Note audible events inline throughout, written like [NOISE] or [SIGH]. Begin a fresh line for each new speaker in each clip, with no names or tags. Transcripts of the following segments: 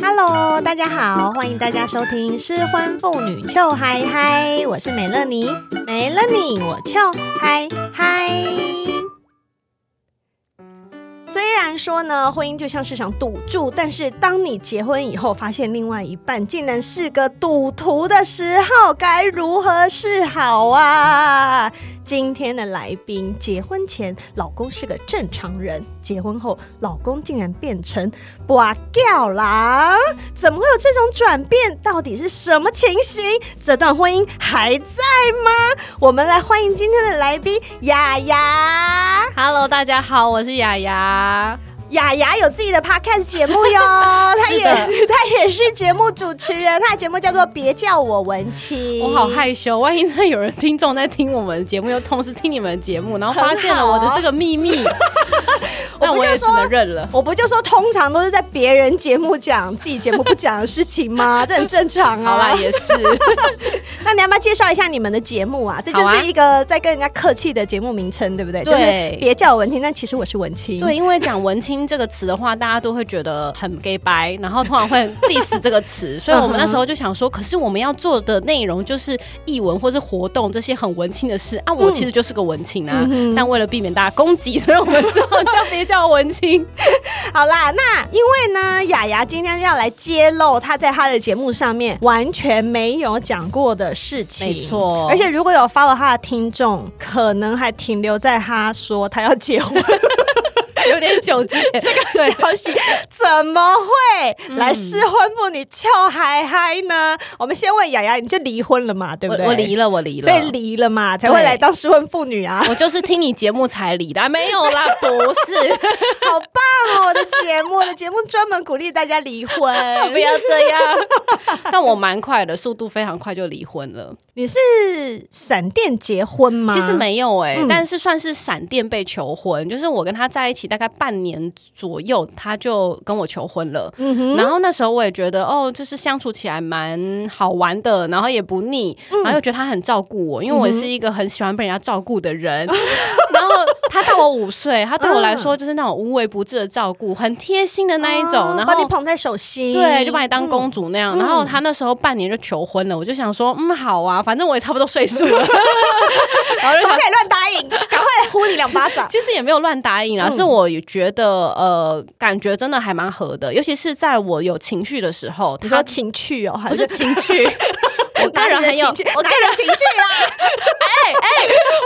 Hello，大家好，欢迎大家收听《失婚妇女俏嗨嗨》，我是美乐妮，没了你我俏嗨嗨。虽然说呢，婚姻就像是场赌注，但是当你结婚以后，发现另外一半竟然是个赌徒的时候，该如何是好啊？今天的来宾，结婚前老公是个正常人，结婚后老公竟然变成哇掉狼，怎么会有这种转变？到底是什么情形？这段婚姻还在吗？我们来欢迎今天的来宾雅雅。
Hello，大家好，我是雅雅。
雅雅有自己的 podcast 节目哟，她也
是的
她也是节目主持人，她的节目叫做《别叫我文青》。
我好害羞，万一真的有人听众在听我们的节目，又同时听你们的节目，然后发现了我的这个秘 [LAUGHS] 密，那我也只能认了。
我不就说通常都是在别人节目讲自己节目不讲的事情
[LAUGHS]
吗？这很正常
好啦，
啊。
也是
那你要不要介绍一下你们的节目啊？这就
好啊
是一个在跟人家客气的节目名称，对不对？
对
就是别叫我文青，但其实我是文青。
[LAUGHS] 对，因为讲文青这个词的话，大家都会觉得很 gay 白，然后通常会 diss 这个 [LAUGHS] 词，所以我们那时候就想说，可是我们要做的内容就是艺文或是活动这些很文青的事啊，我其实就是个文青啊，但为了避免大家攻击，所以我们只好叫别叫我文 [LAUGHS] 青。
好啦，那因为呢，雅雅今天要来揭露她在她的节目上面完全没有讲过的事情，
没错
而且如果有 follow 她的听众，可能还停留在她说她要结婚
有点久之前，这个
的消息，怎么会来失婚妇女俏嗨嗨呢？我们先问雅雅，你就离婚了嘛？对不对？
我我离
了，
了，我离了，
所以离了嘛，才会
对
来当失婚妇女
[LAUGHS]
啊。
我就是听你节目才离的，啊没有啦，不是， [LAUGHS]
好棒哦！我的节目，我的节目专门鼓励大家离
[LAUGHS]
婚。
不要这样。 [LAUGHS] 但我蛮快的，速度非常快就离婚了。
你是闪电结婚吗？
其实没有哎、
嗯
但是算是闪电被求婚，就是我跟他在一起大概半年左右，他就跟我求婚了。
嗯哼，
然后那时候我也觉得，哦，就是相处起来蛮好玩的，然后也不腻，
嗯
然后又觉得他很照顾我，因为我是一个很喜欢被人家照顾
[LAUGHS]
的人。然后他大我五岁，他对我来
嗯
说就是那种无微不至的照顾，很贴心的那一种。
哦
然
把你
后
捧在手心，嗯
对，就把你当公主那样。然后他那时候半年就求婚了，我就想说，嗯，好啊，反正我也差不多岁数了。
[LAUGHS]
然后就
怎么
想
可以乱答应？赶快来呼你两巴
[LAUGHS]
掌！
其实也没有乱答应啦，
嗯
是我也觉得呃，感觉真的还蛮合的，尤其是在我有情绪的时候，
你说
他
情趣哦，还
不是情绪， [LAUGHS] 我个人很有，
哪里的情趣
我个
哪
人
里的情趣啊啦，
[LAUGHS]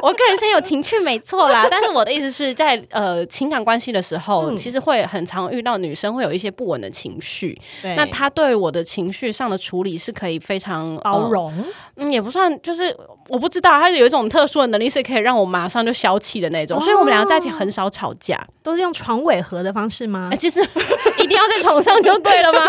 我个人是很有情趣，没错啦。但是我的意思是在呃情感关系的时候，
嗯
其实会很常遇到女生会有一些不稳的情绪，
对
[LAUGHS] 那哦她对我的情绪上的处理是可以非常
包、
呃
容，
嗯，也不算就是我不知道，她有一种特殊的能力是可以让我马上就消气的那种，
哦
所以我们两个在一起很少吵架。
都是用床尾和的方式吗
哎，？其实 [LAUGHS] 一定要在床上就对了吗？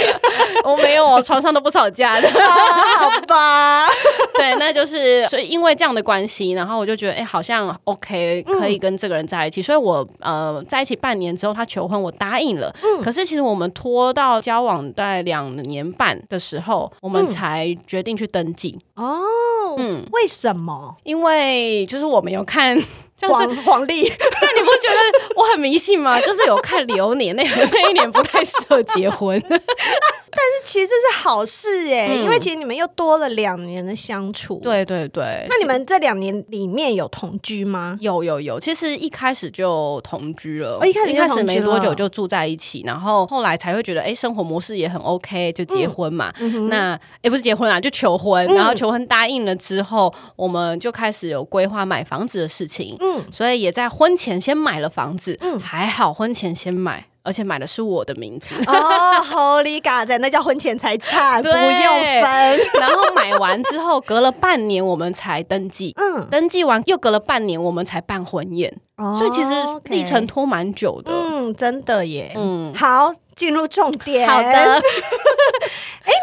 [LAUGHS] 我没有，我床上都不吵架
[LAUGHS]
的。[LAUGHS]
啊，好吧，
对，那就是所以因为这样的关系，然后我就觉得，哎、好像 OK，可
嗯
以跟这个人在一起。所以我呃在一起半年之后，他求婚，我答应了。
嗯
可是其实我们拖到交往大概两年半的时候，我们
嗯
才决定去登记。
哦，
嗯，
为什么？
因为就是我们
[LAUGHS]
有看这样子
黄黄历，
这样你不觉得我很迷信吗？就是有看流年那 [LAUGHS] 那一年不太适合结婚，
[LAUGHS] 其实这是好事哎，
嗯
因为其实你们又多了两年的相处。，
对对对，
那你们这两年里面有同居吗？
有有有，其实一开始就同居了，
哦一开始就同居
没多久
了
就住在一起，然后后来才会觉得，哎、生活模式也很 OK，就
嗯
结婚嘛。那也、不是结婚啦，就求婚，然后求婚答应了之后，我们就开始有规划买房子的事情，
嗯，
所以也在婚前先买了房子，还好婚前先买。而且买的是我的名字。
哦，Holy God，那叫婚前财产，不
对
用分。
然后买完之后，隔了半年我们才登记，
嗯，
登记完又隔了半年我们才办婚宴，所以其实
哦，OK
历程拖蛮久的。
嗯，真的耶。
嗯，
好，进入重点。
好的。
哎，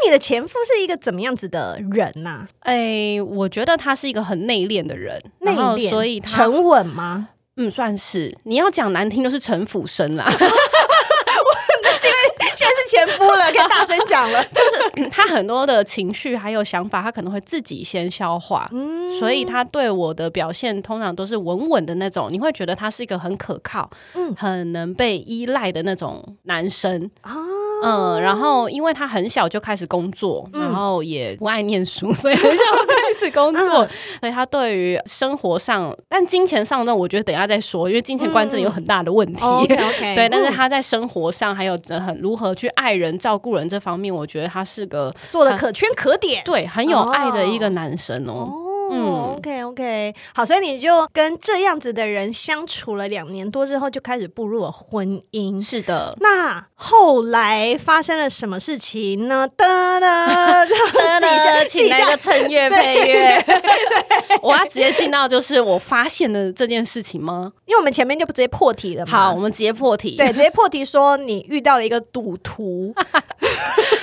你的前夫是一个怎么样子的人啊呐、
哎、我觉得他是一个很内敛的人，
内
然后
敛，
所以他
沉稳吗？
嗯算是你要讲难听就是城府深啦，
[LAUGHS] 现在是前夫了，可以大声讲 [LAUGHS] 了。
[COUGHS] 他很多的情绪还有想法，他可能会自己先消化。
嗯
所以他对我的表现通常都是稳稳的那种，你会觉得他是一个很可靠、
嗯
很能被依赖的那种男生。
啊，
嗯，然后因为他很小就开始工作，
嗯
然后也不爱念书，所以很小就开始
[LAUGHS]
工作，
嗯
所以他对于生活上，但金钱上呢，我觉得等一下再说，因为金钱观真的有很大的问题。
哦 OK OK，
对，但是他在生活上还有呃很如何去爱人、照顾人这方面，我觉得他是个
做的可圈可点。
对很有爱的一个男生哦。
哦
嗯
，OK OK，好，所以你就跟这样子的人相处了两年多之后，就开始步入了婚姻。，
嗯是的
那后来发生了什么事情呢？噔 [LAUGHS] 噔，
真的，
[LAUGHS] 自己
请
下
来
[LAUGHS]
个衬乐配乐。 [LAUGHS] 我要直接进到就是我发现的这件事情吗？
因为我们前面就不直接破题了嘛。
好，我，们直接破题。
对，直接破题说你遇到了一个赌 [LAUGHS] 徒，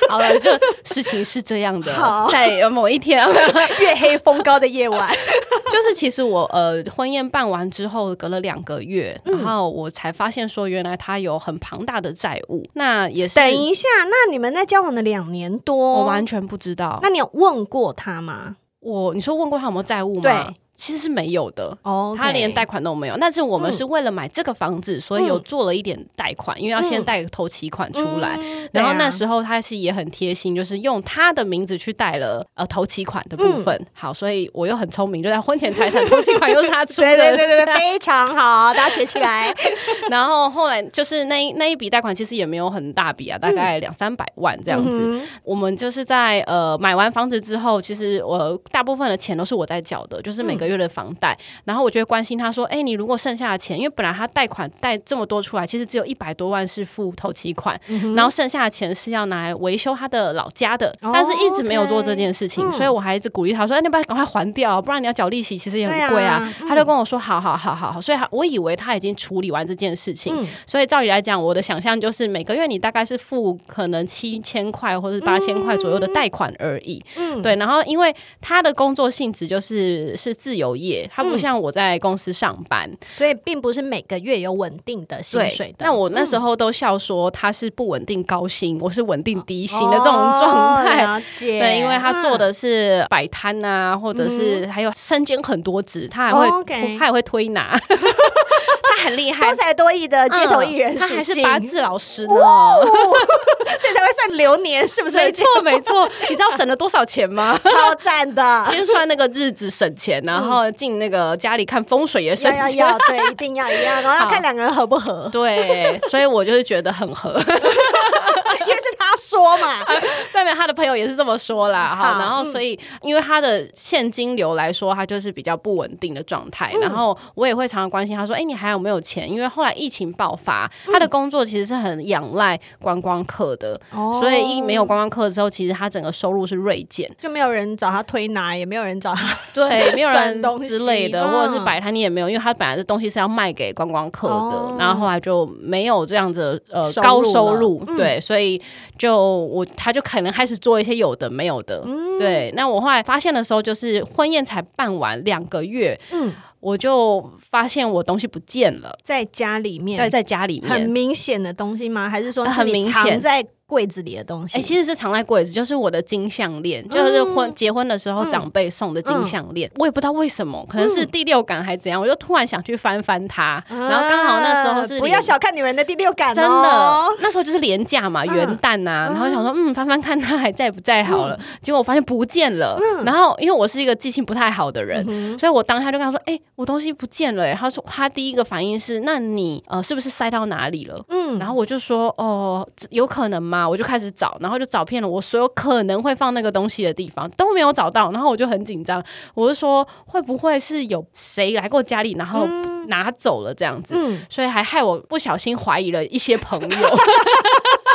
好了，就事情是这样的
好，
在呃某一天， [LAUGHS]
月黑风高的夜晚。
就是其实我呃婚宴办完之后，隔了两个月，
嗯
然后我才发现说，原来他有很庞大的债务，那也是
等一哦下，那你们在交往了两年多，
我完全不知道
那。你有问过他吗？
我你说问过他有没有债务吗
对？
其实是没有的。
哦
他连 [LAUGHS] 贷款都没有，但是
嗯
我们是为了买这个房子，所以有做了一点贷款，因为要
嗯
先贷头期款出来。然
啊
后那时候他是也很贴心，就是用他的名字去贷了呃头期款的
嗯
部分。好，所以我又很聪明，就在婚前财产头期款又
[LAUGHS]
是他出的，
对对对对
这
对，
样
非常好，大家学起来。
[LAUGHS] 然后后来就是那一那一笔贷款其实也没有很大笔啊，大概两三百万这样子。
嗯
我们就是在呃买完房子之后，其实我大部分的钱都是我在缴的，就是每个月的房贷。然后我就会关心他说：“哎、你如果剩下的钱，因为本来他贷款贷这么多出来，其实只有一百多万是付头期款，然后剩下的钱是要拿来维修他的老家的，
哦
但是一直没有做这件事情，
OK，嗯
所以我还一直鼓励他说：‘哎、你把赶快还掉，不然你要缴利息，其实也很
对啊
贵啊。
嗯
他就跟我说：“好好好好好。”所以他我以为他已经处理完这件事情，
嗯
所以照理来讲，我的想象就是每个月你大概是付可能七千块或者八千块左右的贷款而已。
嗯，
对，然后因为他的工作性质就是是自由业，他不
嗯
像我在公司上班，
所以并不是每个月有稳定的薪水的。。嗯
对那我那时候都笑说他是不稳定高薪，我是稳定低薪
哦
的这种状态。
哦了解。
对，因为他做的是摆摊啊，或者是还有身兼很多职，他还会、
嗯哦，OK
他也会推
[LAUGHS]
拿，他很厉
嗯
害
多。才多艺的街头艺人属
嗯他
性，哦
还是八字老师呢。
[LAUGHS] 所以才会算流年，是不是？？
没错，没错。你知道省了多少钱吗
[LAUGHS] 超赞
[LAUGHS]
的，
先算那个日子省钱，然后进那个家里看风水也省
要要
钱。
要，对，一定要一样，然后要
好
看两个人合不合，
对，所以我就是觉得很合。
因为是他说嘛，
代表他的朋友也是这么说啦，
好
哈，然后
嗯
所以因为他的现金流来说，他就是比较不稳定的状态。
嗯
然后我也会常常关心他说：“哎、你还有没有钱？”因为后来疫情爆发，
嗯
他的工作其实是很仰赖观光客的， [LAUGHS]
哦
所以一没有观光客之后，其实他整个收入是锐减。
就没有人找他推拿，也没有人找他 [LAUGHS]
对，没有
散
人
东西
之类的，
嗯
或者是摆摊你也没有，因为他本来这东西是要卖给观光客的，
哦
然后后来就没有这样子呃
收入
高收入
了，嗯
对，所以就我他就可能开始做一些有的没有的，
嗯
对。那我后来发现的时候，就是婚宴才办完两个月，
嗯
我就发现我东西不见了，
在家里面，
对，在家里
很
面。
明显的东西吗？还是说
呃
是
很
你
明
藏
显
在柜子里的东西？嗯
哎、其实是藏在柜子，就是我的金项链，就是婚结婚的时候长辈送的金项链，我也不知道为什么，可能
嗯
是第六感还怎样，我就突然想去翻翻它，
啊
然后刚好那时候是
呃不要
连
小看女人的第六感、哦，
真的，那时候就是廉价嘛，
嗯嗯
元旦呐、然后想说，嗯，翻翻看它还在不在好了。结果我发现不见了。然后因为我是一个记性不太好的人，
嗯
所以我当下就跟他说，哎、我东西不见了、欸。他说，他第一个反应是，那你呃是不是塞到哪里了？
嗯
然后我就说，哦，这有可能吗？我就开始找，然后就找遍了我所有可能会放那个东西的地方，都没有找到。然后我就很紧张，我就说会不会是有谁来过家里，然后拿走了这样子？
嗯，
所以还害我不小心怀疑了一些朋友，因
[LAUGHS]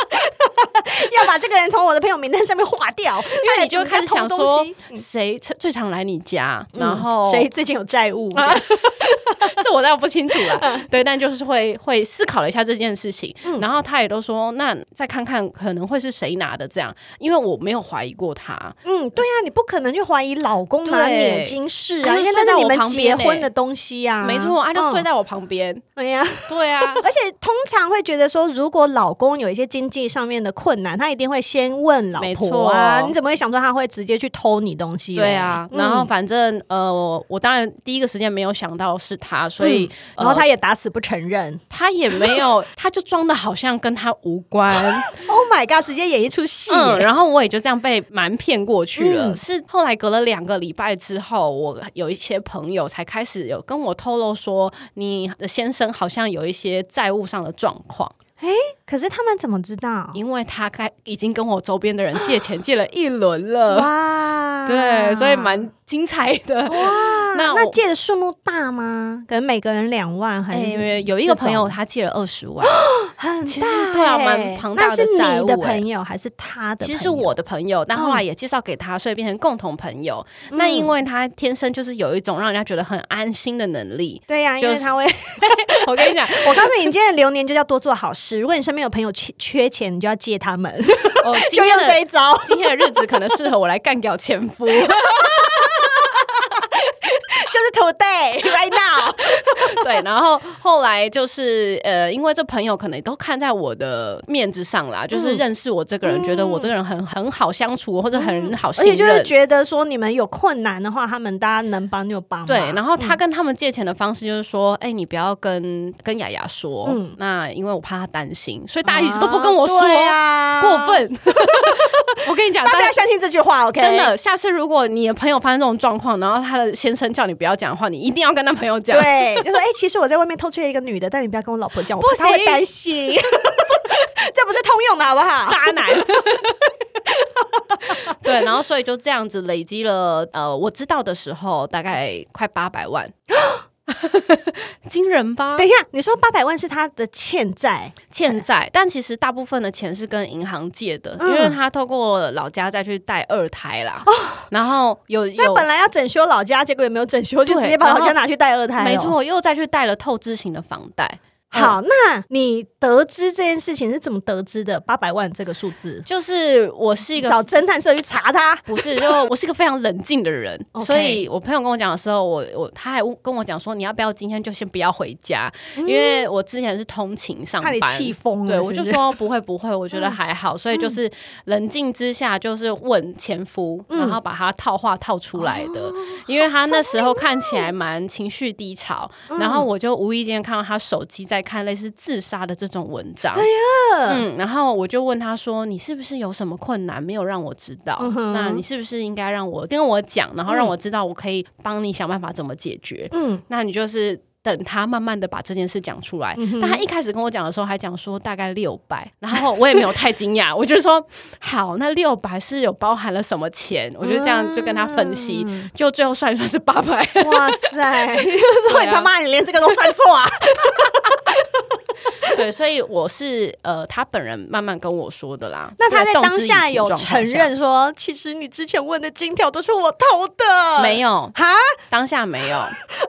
要把这个人从我的朋友名单上面划掉，因
为你就开始想说
东西，嗯
谁最常来你家，
嗯
然后
谁最近有债务？
啊 [LAUGHS] 这我倒不清楚
嗯
了。对，但就是会会思考了一下这件事情，然后他也都说，那再看看可能会是谁拿的这样，因为我没有怀疑过他。
嗯，对啊，你不可能去怀疑老公拿
对
免金饰啊，
他就
因为那
睡在
是你
我
们
旁
结
边欸
婚的东西啊。
没错，他就睡
嗯
在我旁边。
[LAUGHS] 对呀、
对啊，
而且通常会觉得说，如果老公有一些经济上面的困难，他一定会先问老
没
婆啊。
错
你怎么会想说他会直接去偷你东西嘞？
对啊。然后
嗯
反正呃，我我当然第一个时间没有想到是他，所以
然后
呃
他也打死不承认。
他也没有，他就装的好像跟他无关。
Oh my god！直接演一出戏耶、
嗯，然后我也就这样被瞒骗过去了。
嗯
是后来隔了两个礼拜之后，我有一些朋友才开始有跟我透露说，你的先生好像有一些债务上的状况，
可是他们怎么知道？
因为他该已经跟我周边的人借钱借了一轮了。
哇
对，所以蛮精彩的。
哇。
[LAUGHS] 那
那
我
借的数目大吗？可能每个人两万还是、
哎，有一个朋友
这种
他借了二十万，
[GASPS] 很大、欸？
其实对啊蛮庞大的
那
债
是
务
你的
欸
朋友还是他的朋
其
友？。
实是我的朋友，但后来也介绍给他，所以变成共同朋友。那因为他天生就是有一种让人家觉得很安心的能力
[LAUGHS] 对呀、因为
就是
他会
我跟你讲，
我告诉你，你今天的流年就叫多做好事。如果你身边有朋友缺缺钱，你就要借他们， [LAUGHS]
哦，今
就
天
用
的
这一招。
[LAUGHS] 今天的日子可能适合我来干掉前夫，
[LAUGHS] 就是 today right
[LAUGHS]
now。
对，然后后来就是呃，因为这朋友可能都看在我的面子上啦，就是认识我这个人，觉得我这个人很很好相处，或者很好
而
信
且就是
任。
觉得说嗯哦你们有困难的话，他们大家能帮就帮嘛。
对，然后
嗯
他跟他们借钱的方式就是说，哎、你不要跟跟雅雅说，
嗯啊
那因为我怕她担心，所以大家一直都不跟我说，
对啊，
过。分。 [LAUGHS] 我跟你讲，
大家
大
不
家
要相信这句话，OK？
真的，下次如果你的朋友发生这种状况，然后他的先生叫你不要讲的话，你一定要跟他朋友讲。
对，就说哎、其实我在外面偷吹了一个女的，但你不要跟我老婆讲，我怕
不
她会
行
担心。 [LAUGHS] 这不是通用的好不好？
[LAUGHS] 渣
[LAUGHS]
男。对，然后所以就这样子累积了，呃，我知道的时候大概快八
[GASPS]
百万，惊人吧
等？一下，你说八百万是他的欠债，
欠债，但其实大部分的钱是跟银行借的，
嗯
因为他透过老家再去贷二胎啦，然后有
所以
有
本来要整修老家，结果也没有整修，就
对
直接把老
然
家
后
拿去贷二胎、哦
没。错，又再去贷了透支型的房贷。
好，那你得知这件事情是怎么得知的？八百万这个数字，
就是我是一个
找侦探社去查他。
不是，就我是个非常冷静的人
[LAUGHS] OK
所以我朋友跟我讲的时候，我我他还跟我讲说，你要不要今天就先不要回家，因为我之前是通勤上
怕
班
你。气疯了，
对，
是不嗯
我就是说不会不会，我觉得还好，所以就是冷静之下，就是问前夫，然
嗯
后把他套话套出来的，
哦
因为他那时候看起来蛮情绪低潮，然
嗯
后我就无意间看到他手机在看类似自杀的这种文章，
哎
嗯，然后我就问他说：“你是不是有什么困难没有让我知道？
嗯哼
那你是不是应该让我跟我讲，然后让我知道我可以帮你想办法怎么解决？
嗯，
那你就是等他慢慢的把这件事讲出来。但他一开始跟我讲的时候，还讲说大概六百，然后我也没有太惊讶， [LAUGHS] 我就说好，那六百是有包含了什么钱？我就这样就跟他分析，
嗯
就最后算一算是八
[LAUGHS]
百。
哇
[LAUGHS]
塞，说
啊
你他妈你连这个都算错啊！
对，所以我是呃，他本人慢慢跟我说的啦。
那他在
在啊动
当
之以
下
情
有
状况
承
下
认说，其实你之前问的金条都是我偷的，
没有？
哈
当下没有，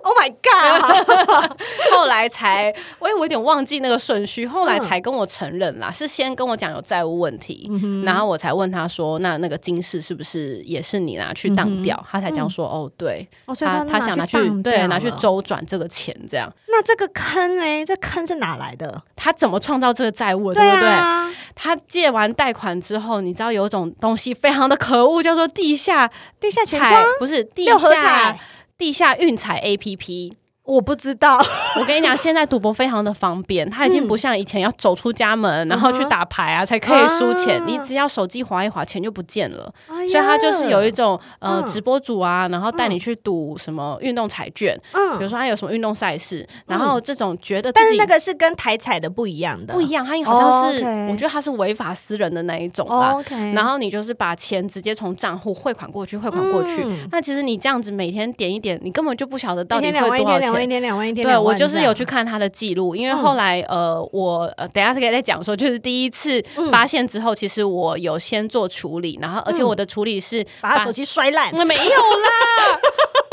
？Oh my god！
[LAUGHS] 后来才，我我有点忘记那个顺序，后
嗯
来才跟我承认啦，是先跟我讲有债务问题，然后我才问他说，那那个金饰是不是也是你拿去当掉？他才讲说，哦，对，
哦嗯所以
他
他
想拿
去当
对
掉
拿去
了。
周转这个钱，这样
那这个坑哎，这坑是哪来的？
他怎么创造这个债务的，对不对？
啊，
他借完贷款之后，你知道有一种东西非常的可恶，叫做地下
地下钱
财
庄、，
不是地
六合
下
彩
地下运彩 A P P。
我不知道，
[LAUGHS] 我跟你讲，现在赌博非常的方便，它已
嗯
经不像以前要走出家门，然后去打牌啊才可以输钱
啊，
你只要手机划一划，钱就不见了。
所
所以它就是有一种呃
嗯
直播主啊，然后带你去赌什么运动彩券，比如
嗯，
说它有什么运动赛事，然后这种觉得
但
自
是
己
那个是跟台彩的不一样的，
不一样，它好像
哦
是
，OK
我觉得它是违法私人的那一种吧。
哦 OK，
然后你就是把钱直接从账户汇款过去，汇款过去。
嗯
那其实你这样子每天点一点，你根本就不晓得到
一
底
天
会
两万，一天两万，一
多少钱。
天两万，一天
对
两
我
万，
就是
这样嗯
有去看他的记录，因为后来、呃，我呃，等一下再再讲说，就是第一次
嗯
发现之后，其实我有先做处理，然后而且我的处理是嗯
把他手机摔烂，
我没有啦，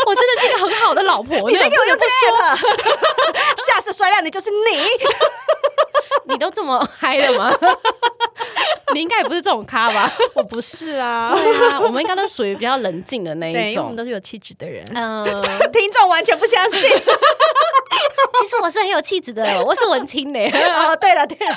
我真的是一个很好的老婆。
[LAUGHS] 你再
那
给我用这个 app，下 [LAUGHS] 次摔烂的就是
[LAUGHS]
你。
你都这么嗨了吗？ [LAUGHS] 你应该也不是这种咖吧？
[LAUGHS] 我不是啊，
对啊，我们应该都属于比较冷静的
[LAUGHS]
那
对，
一
因为我们
种。
都是有气质的人。
嗯、
[LAUGHS] 听众完全不相
[LAUGHS]
信。
其实我是很有气质的，我是文青的。
哦，对了对了，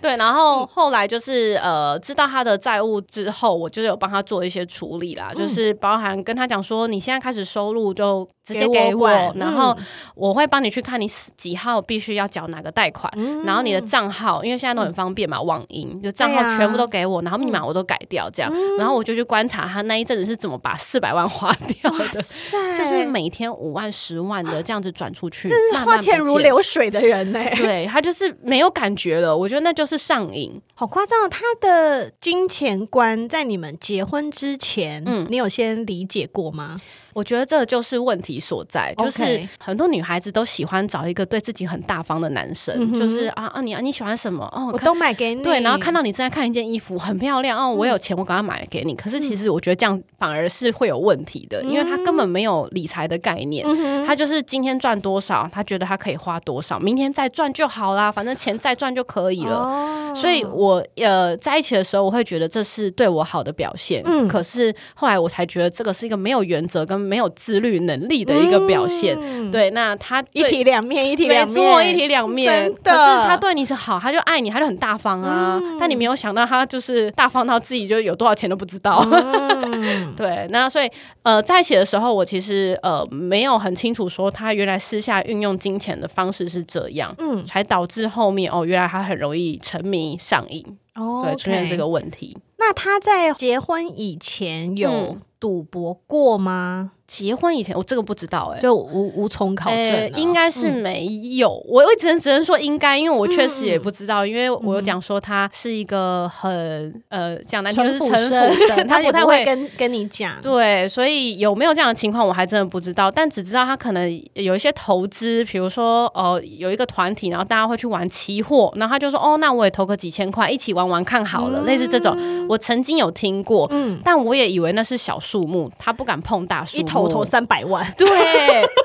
对，然后后来就是呃，知道他的债务之后，我就是有帮他做一些处理啦，
嗯
就是包含跟他讲说，你现在开始收入就直接
给我
给我，
管嗯
然后我会帮你去看你几号必须要缴哪个贷款，
嗯
然后你的账号，因为现在都很方便嘛，网银就账号
对啊嗯
全部都给我，然后密码我都改掉，这样，然后我就去观察他那一阵子是怎么把四百万花掉的。
[LAUGHS]
就是每天五万、十万的这样子转出去，慢慢
花钱
不
如
见。
流水的人呢、
[LAUGHS] 对他就是没有感觉了，我觉得那就是上瘾。
好夸张哦！他的金钱观在你们结婚之前，
嗯
你有先理解过吗？
我觉得这就是问题所在，
OK
就是很多女孩子都喜欢找一个对自己很大方的男生，
嗯哼
就是啊啊你啊你喜欢什么哦，
我
看
都买给你，嗯
对，然后看到你正在看一件衣服很漂亮哦，我有钱我赶快买给你。可是其实我觉得这样反而是会有问题
嗯
的，因为他根本没有理财的概念。他就是今天赚多少，他觉得他可以花多少，明天再赚就好啦，反正钱再赚就可以了。
哦
所以我呃在一起的时候，我会觉得这是对我好的表现。
嗯
可是后来我才觉得这个是一个没有原则跟没有自律能力的一个表现。
嗯
对，那他
一
对
体两面，一体
没
两
错，
面，
一体两面。
真
可
的
是他对你是好，他就爱你，他就很大方啊。但你没有想到，他就是大方到自己就有多少钱都不知道。 [LAUGHS] 对，那所以呃，在一起的时候，我其实呃没有很清楚说他原来私下运用金钱的方式是这样，
嗯
才导致后面哦，原来他很容易沉迷上瘾，
哦
对，出现这。个
OK
问题。
那他在结婚以前有
嗯
赌博过吗？
结婚以前，我这个不知道哎、
就无无从考证啊
呃
了、
应该是没有。我我只能只能说应该，因为我确实也
嗯嗯嗯
不知道，因为我有讲说他是一个很呃讲难听就是
城
城
府
府
深， [LAUGHS]
深，他
也
不太
会
会。
跟跟你讲。
对，所以有没有这样的情况，我还真的不知道。但只知道他可能有一些投资，比如说呃，有一个团体，然后大家会去玩期货，然后他就说哦，那我也投个几千块，一起玩玩看好了，类似这种。我曾经有听过，
嗯，
但我也以为那是小数目，他不敢碰大数目。
一投投三百万，
[LAUGHS] 对，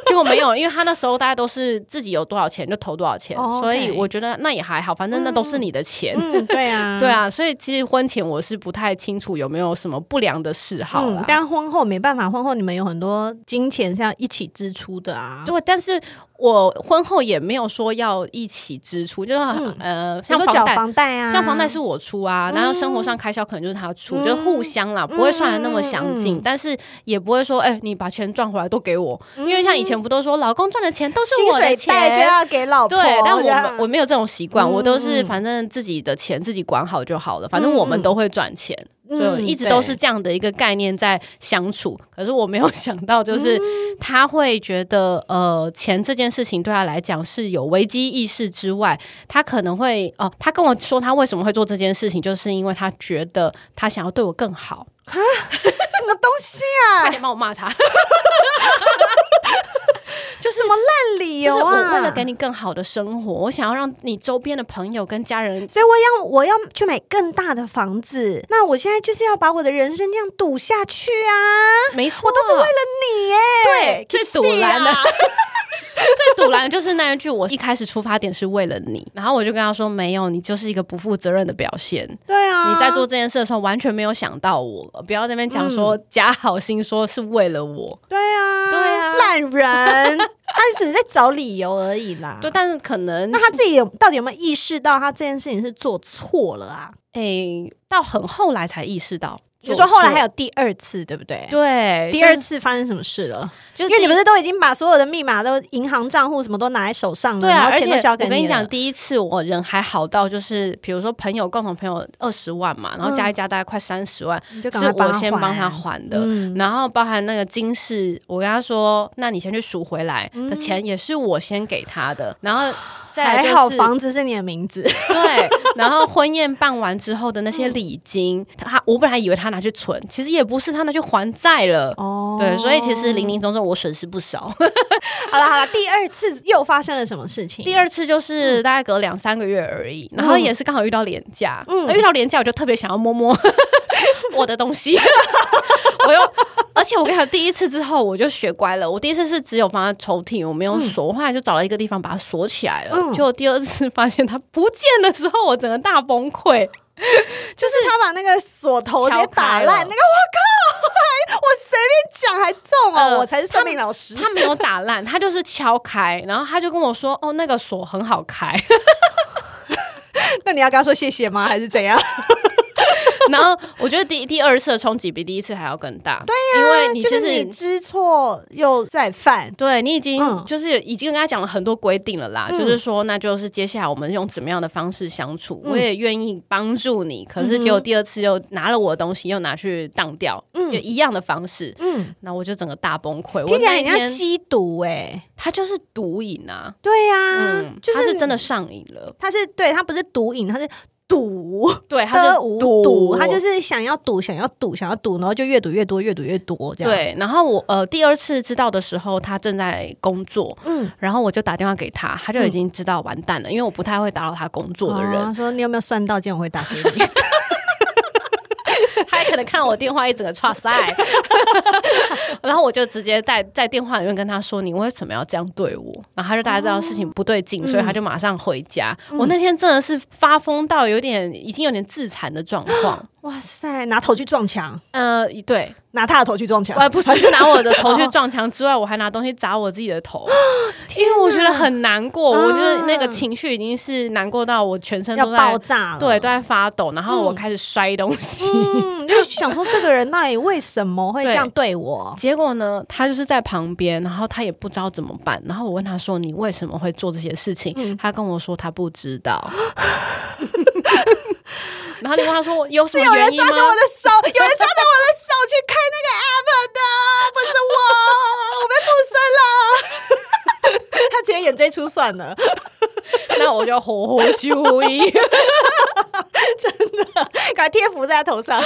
结果没有，因为他那时候大家都是自己有多少钱就投多少钱，
哦，OK
所以我觉得那也还好，反正那都是你的钱。
嗯，对啊，
对。啊，所以其实婚前我是不太清楚有没有什么不良的嗜好啦
嗯，。但婚后没办法，婚后你们有很多金钱是要一起支出的啊。
对，但是我婚后也没有说要一起支出，就是、呃，像
比如嗯说
房
缴
贷，
房贷啊，
像房贷是我出啊，然后生活上开销可能就是他出，就是互相啦，不会算的那么详
嗯
尽，
嗯嗯嗯
但是也不会说，哎、你把钱赚回来都给我，因为像以前不都说老公赚的钱都是
嗯薪
我的
水
钱，
贷就要给老婆
对
这，样，
但我们我没有这种习惯，
嗯
我都是
啊嗯
反正自己的钱自己管好就好了，反正我们都会赚钱，
嗯
就一直都
对
是这样的一个概念在相处。可是我没有 [LAUGHS] 想到，就是
嗯
他会觉得呃，钱这件事情对他来讲是有危机意识之外，他可能会哦、他跟我说他为什么会做这件事情，就是因为他觉得他想要对我更好。
[LAUGHS] 什么东西
快
啊，
点帮我骂他， [LAUGHS]
就是什么烂理
就是
由
我
啊。
为了给你更好的生活，我想要让你周边的朋友跟家人
所以我要我要去买更大的房子，那我现在就是要把我的人生这样赌下去啊！
没错，
我都是为了你耶，
最
去
堵
死
拦的
啊，
[LAUGHS] 最堵拦的就是那一句，我一开始出发点是为了你，然后我就跟他说，没有，你就是一个不负责任的表现。
对啊，
你在做这件事的时候，完全没有想到我，不要在那边讲说
嗯
假好心说是为了我，
对啊，
对啊
烂人， [LAUGHS] 他只是在找理由而已啦。
对，但是可能
啊那他自己有到底有没有意识到他这件事情是做错了啊？
哎诶、到很后来才意识到，
就
做
说后来还
有
有第二次，对不对？
对
第二
就是
次发生什么事了？
就
因
第
为
一
你不是都已经把所有的密码都、银行账户什么都拿在手上了，
对啊，
然后
而
嗯钱
且
都交
我
给
跟你
了
讲，第一次我人还好到就是，比如说朋友共同朋友二十万嘛，
嗯
然后加一加大概快三十万，
你就是
我先帮他还的。
嗯
然后包含那个金饰，我跟他说，那你先去赎回来的钱也是我先给他的，然后再来
嗯还
就
好
是
房子是你的名
[LAUGHS]
字，
对，然后婚宴办完之后的那
嗯
些礼金，他我本来以为他拿去存，其实也不是，他拿去还债了。
哦
对，所以其实零零总总我损失不少。
好了好了，第二次又发生了什么事情？
第二次就是大概隔两三个月而已，然后也是刚好遇到廉价，
嗯
遇到廉价我就特别想要摸摸我的东西， [LAUGHS] 我又。而且我跟你讲，第一次之后我就学乖了。我第一次是只有放在抽屉，我没有锁，我后来就找了一个地方把它锁起来了。
嗯
结果第二次发现它不见的时候，我整个大崩溃。
就是他把那个锁头直接
敲
打
开
烂，那
了
个我靠，还 [LAUGHS] 我随便讲还中哦，
呃
我才是算命老师。 [LAUGHS]
他没有打烂，他就是敲开，然后他就跟我说：“哦，那个锁很好开。
那你要跟他说谢谢吗？还是怎样？”
然后我觉得第第二次的冲击比第一次还要更大， [LAUGHS] 对呀、因为
[LAUGHS]
你
就
就是
你知错又再犯，
对你已经、
嗯
就是已经跟他讲了很多规定了啦，
嗯
就是说，那就是接下来我们用怎么样的方式相处，
嗯
我也愿意帮助你。可是结果第二次又拿了我的东西，又拿去当掉，
嗯
就一样的方式，
嗯，
那我就整个大崩溃。我
听起来
那一
很像
天
吸毒哎、
他就是毒瘾啊，
对呀、
嗯，
就
他
是
是真的上瘾了，
他是对他不是毒瘾，他是赌
对，他
的
是
无
赌，
赌，他就是想要赌，想要赌，想要赌，然后就越赌越多，越赌越多这样。，
对，然后我呃第二次知道的时候，他正在工作，
嗯，
然后我就打电话给他，他就已经知道完蛋了，因为我不太会打扰他工作的人，
哦说你有没有算到，今天我会打给
[LAUGHS]
你。
他也可能看我电话一整个岔塞， [LAUGHS] 然后我就直接在在电话里面跟他说：“你为什么要这样对我？”然后他就大概知道事情
哦
不对劲，所以他就马上回家。
嗯
我那天真的是发疯到有点已经有点自残的状
[LAUGHS]
况。
哇塞，拿头去撞墙，
呃，对，
拿他的头去撞墙
我，还不只是拿我的头去撞墙之外，我还拿东西砸我自己的头， [LAUGHS] 因为我觉得很难过，
哦嗯
我觉得那个情绪已经是难过到我全身
要
都
爆
在
炸了。
对都在发抖，然后我
嗯
开始摔东西。
嗯，就想说这个人到底为什么会这样对
[LAUGHS]
我？
结果呢，他就是在旁边，然后他也不知道怎么办。然后我问他说：“你为什么会做这些事情？”
嗯
他跟我说他不知道。 [LAUGHS] 然后你问他说：“有
是
什么
有人
原因
抓
吗
着我的手，有人抓着我的手去开那个 app 的，不是我，我被附身了。
[LAUGHS]
他直接演这出算了，？”
那我就火火修
[LAUGHS]
一。
赶快贴符在他头上。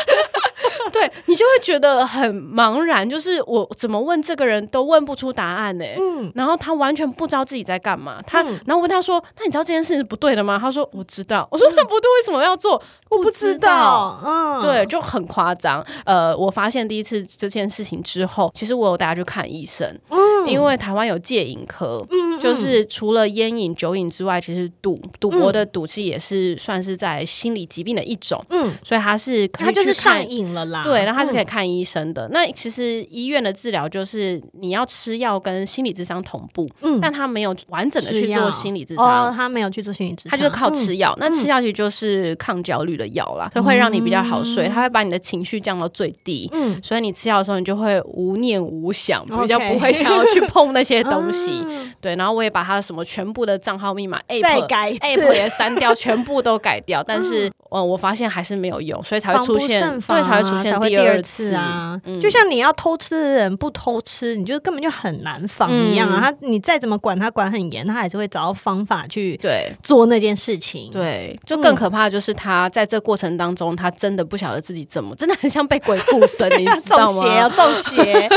对你就会觉得很茫然，就是我怎么问这个人都问不出答案呢、
嗯，
然后他完全不知道自己在干嘛。他，
嗯
然后我问他说：“那你知道这件事是不对的吗？”他说：“我知道。”我说：“
嗯
那不对，为什么要做？”
我不知。道，嗯，
对，，就很夸张。呃，我发现第一次这件事情之后，其实我有带他去看医生，
嗯
因为台湾有戒瘾科，
嗯
就是除了烟瘾、酒瘾之外，其实赌赌
嗯
博的赌气也是算是在心理疾病的一种，
嗯，
所以他是可以
他就是
去看
上瘾了啦。
对，然后他是可以
嗯
看医生的。那其实医院的治疗就是你要吃药跟心理智商同步，
嗯
但他没有完整的
吃
去
药
做心理智
哦，
商。
他没有去做心理智商，
他就是靠
嗯
吃药，那吃药其实就是抗焦虑的药啦，就会让你比较好睡，它会把你的情绪降到最低，
嗯
所以你吃药的时候你就会无念无想，
OK
比较不会想要去碰那些东西。
嗯
[LAUGHS] 对，然后我也把他什么全部的账号密码 app
再改一次嗯
app 也删掉，全部都改掉，但是呃，我发现还是没有用，所以才会
防
出
不
现，
胜防
对，
啊
才会出现
第
二嗯
次啊。就像你要偷吃的人不偷吃，你就根本就很难防一样啊。
嗯
他你再怎么管他管很严，他还是会找到方法去
对。
做那件事情。，
对，就更可怕的就是他在这过程当中，他真的不晓得自己怎么，真的很像被鬼附
[LAUGHS]
身，
[LAUGHS]
你
要
知
中
道
邪啊，
吗？
中
[LAUGHS]
邪！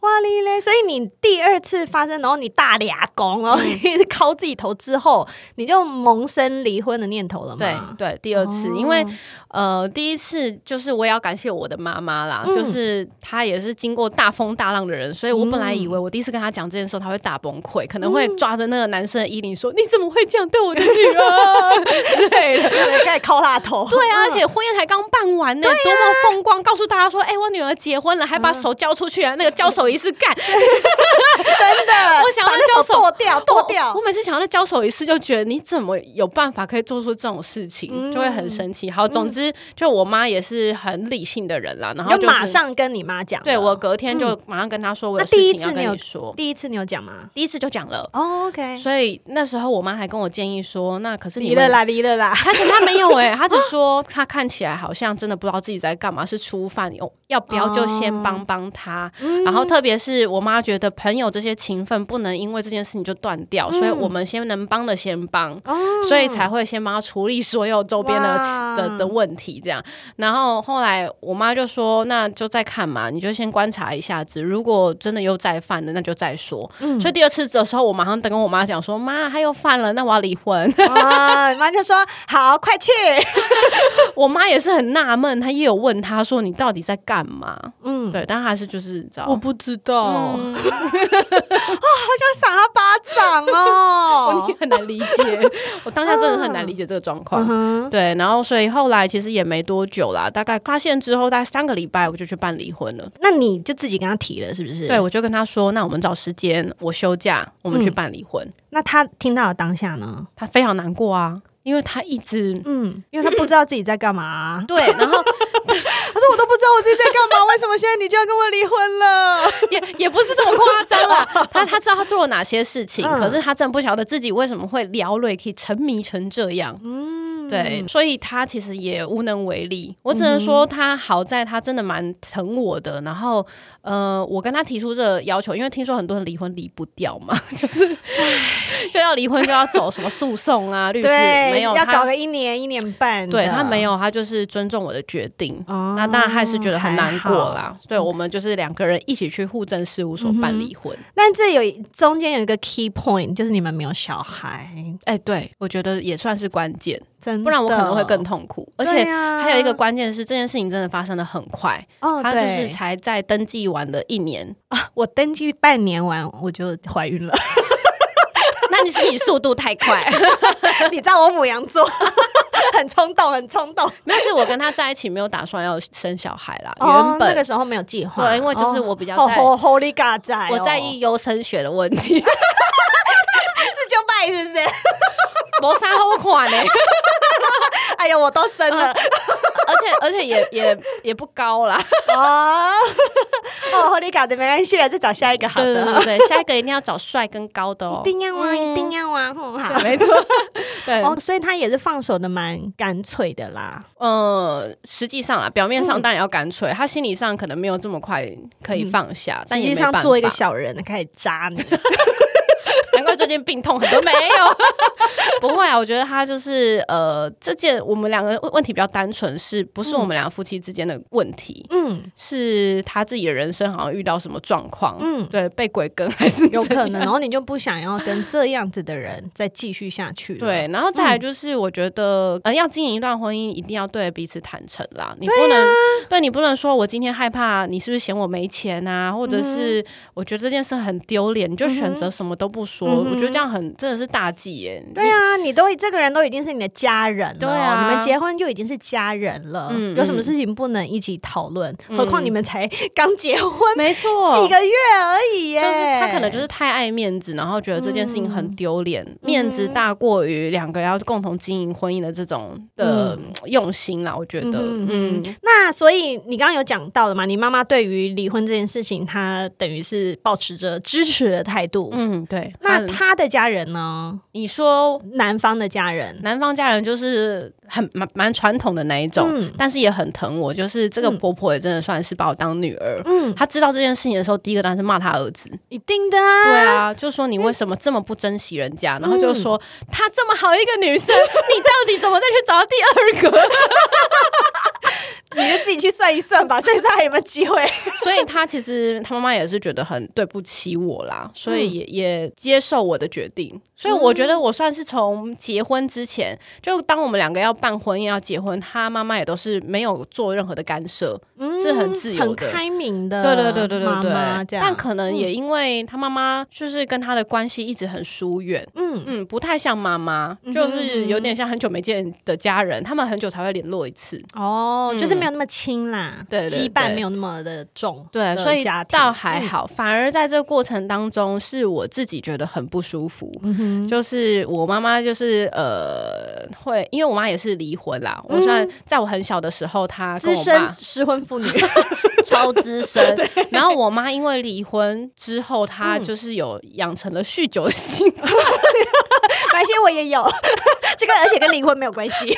哇哩嘞！所以你第二次发生，然后你大俩拱，
嗯
然后你一直敲自己头之后，你就萌生离婚的念头了
对
嘛？
对，第二次，
哦
因为呃，第一次就是我也要感谢我的妈妈啦，
嗯
就是她也是经过大风大浪的人，所以我本来
嗯
以为我第一次跟她讲这件事，她会大崩溃，可能会抓着那个男生的衣领说：“你怎么会这样对我的女儿？”
[LAUGHS]
之类的。
对，开始敲他的头。
对啊，而且婚宴才刚办完
啊
呢，多么风光！告诉大家说，哎、我女儿结婚了，还
嗯
把手交出去啊，那个交手仪式干，
真的，
我想要
把那
交
手
手
剁掉，剁
我
掉
我。每次
嗯
想到那交手仪式，就觉得你怎么有办法可以做出这种事情，就会很生气。好，总之、是就我妈也是很理性的人啦，然后
要
就是
马上跟你妈讲了。嗯
对我隔天就马上跟她说我有
那
事
第一
情要
次你
跟
有
你说，
第一次你有讲吗
第一次就讲了。
哦？OK，
所以那时候我妈还跟我建议说，那可是你
离了
们
啦，离了 [LAUGHS] 啦。
他他没有哎、他只说他看起来好像真的不知道自己在干嘛，是初犯，哦要不要就先帮帮他？然后特别是我妈觉得朋友这些情分不能因为这件事情就断掉，所以我们先能帮的先帮，所以才会先帮他处理所有周边的
哇
的的问题这样。然后后来我妈就说，那就再看嘛，你就先观察一下子，如果真的又再犯了，那就再说。所以第二次的时候，我马上跟我妈讲说，妈，他又犯了，那我要离婚。
啊，你妈就说好，快去。
我妈也是很纳闷，她也有问她说：“你到底在干嘛？”
嗯，
对，啊但她还是就是你知道，
不知道 [LAUGHS]
嗯
想赏他巴掌
[LAUGHS] 我
哦
你。很难理解， [LAUGHS] 我当下真的很难理解这个状况。
嗯哼，
对，然后所以后来其实也没多久啦，大概发现之后，大概三个礼拜我就去办离婚了。
那你就自己跟他提了，是不是？
对，。我就跟她说：“那我们找时间，我休假，我
嗯
们去办离婚。
那他听到的当下呢？
她非常难过啊，因为她一直。
嗯，因为他不知道自己在干嘛、
对，然
[LAUGHS] 他
后
说我都不知道我自己在干嘛， [LAUGHS] 为什么现在你就要跟我离婚了？
也也不是这么夸
[LAUGHS]
张啦，她她知道她做了哪些事情，
嗯
可是她真的不晓得自己为什么会聊了，也可以沉迷成这样。
嗯，
对，所以他其实也无能为力。我只能
嗯
说，他好在他真的蛮疼我的。然后，呃，我跟他提出这个要求，因为听说很多人离婚离不掉嘛， [LAUGHS] 就是就要离婚就要走什么诉讼啊，律师
对，
没有
要搞
他，
个一年一年半，
对他没。有，他就是尊重我的决定。
哦
那当然还是觉得很难过。
还好嗯
啦。对我们就是两个人一起去户政事务所办离婚。
但这有中间有一个 key point，就是你们没有小孩，
哎、对我觉得也算是关键，
真的，
不然我可能会更痛苦。而且
对啊
还有一个关键是，这件事情真的发生的很快。
哦，
她就是
对
才在登记完的一年， [LAUGHS]
我登记半年完我就怀孕了，
那你是你速度太快， [LAUGHS]
你知道我母羊座 [LAUGHS] 很冲动，很冲
[LAUGHS]
动。
没有是我跟他在一起没有打算要生小孩啦，
哦
原，
那个
本。
时候没有计划，
对因为就是我比较在
哦 Holy God 在，
我在意优生学的问题， [LAUGHS]
这就拜是 [LAUGHS] 不是？
谋杀后款呢，
哎呀，我都生
[LAUGHS]
了
而且而且也也也不高啦。
哦 [LAUGHS] 哦，Holy God 没关系了，再找下一个好
对对
的，
对对，下一个一定要找帅跟高的哦
一，定要啊，
嗯
一定要啊，哼好。
没
[LAUGHS]
错。对，
哦，所以他也是放手的蛮干脆的啦。
呃，实际上啊，表面
嗯
上当然要干脆，他心理上可能没有这么快可以放下，
实
但也
际
没
上
办法。
做一个小人开始扎你，
[LAUGHS] 难怪最近病痛很多。没有， [LAUGHS] 不会啊，我觉得他就是呃，这件我们两个问题比较单纯，是不是我们俩夫妻之间的问题？
[LAUGHS] 嗯，
是他自己的人生好像遇到什么状况？
嗯
嗯，对，被鬼跟还是
有
怎
可
样 [LAUGHS]
能，然哦后你就不想要跟这样子的人再继续下去了。
对，然后再
嗯
来就是，我觉得，呃，要经营一段婚姻，一定要对彼此坦诚啦。你不能，对你不能说我今天害怕你是不是嫌我没钱啊，或
嗯
者是我觉得这件事很丢脸，你就选择什么都不说。我觉得这样很真的是大忌耶。
嗯对啊，你都这个人都已经是你的家人了，
对啊
你们结婚就已经是家人了，
嗯
有什么事情不能一起讨论？何况你们
[LAUGHS]
才刚结婚
没错，
几个月而已耶，嗯
就是他可能就是太爱面子，然后觉得这件事情很丢脸，面子大过于两个要共同经营婚姻的这种的用心啦。我觉得，
嗯
嗯，
那所以你刚刚有讲到了嘛，你妈妈对于离婚这件事情，她等于是保持着支持的态度。
嗯，对。
那
嗯
她的家人呢？
你说
男方的家人，
男方家人就是很蛮蛮传统的那一种，
嗯
但是也很疼我，就是这个
嗯
婆婆也真的算是把我当女儿。
嗯，
她知道这件事情的时候，第一个当然是骂她儿子，
一定的啊，
对啊，就说你为什么这么不珍惜人家，然后就说她这么好一个女生，你到底怎么再去找第二个？
你就自己去算一算吧，算一算还有没有机会。
所以他其实他妈妈也是觉得很对不起我啦，所
嗯
以也、也接受我的决定。所以我觉得我算是从结婚之前，就当我们两个要办婚宴要结婚，他妈妈也都是没有做任何的干涉。
[LAUGHS] 嗯
是很自由的
很开明的，
对对对对对对，
呃妈妈这样。嗯
但可能也因为他妈妈就是跟他的关系一直很疏远。
嗯
嗯，不太像妈妈，就是有点像很久没见的家人，他们很久才会联络一次。
哦，就是没有那么轻啦，
嗯对对对
羁绊没有那么的重的家
对，
庭，嗯
所以倒还好，反而在这个过程当中，是我自己觉得很不舒服。
嗯
就是我妈妈，就是呃，会因为我妈也是离婚啦。我算在我很小的时候，她跟
嗯资
我
深
爸
失婚妇女， [LAUGHS]
超资深，然后我妈因为离婚之
嗯
后，她就是有养成了酗酒的习惯，
白些我也有， [LAUGHS] 这个而且跟离婚没有关系。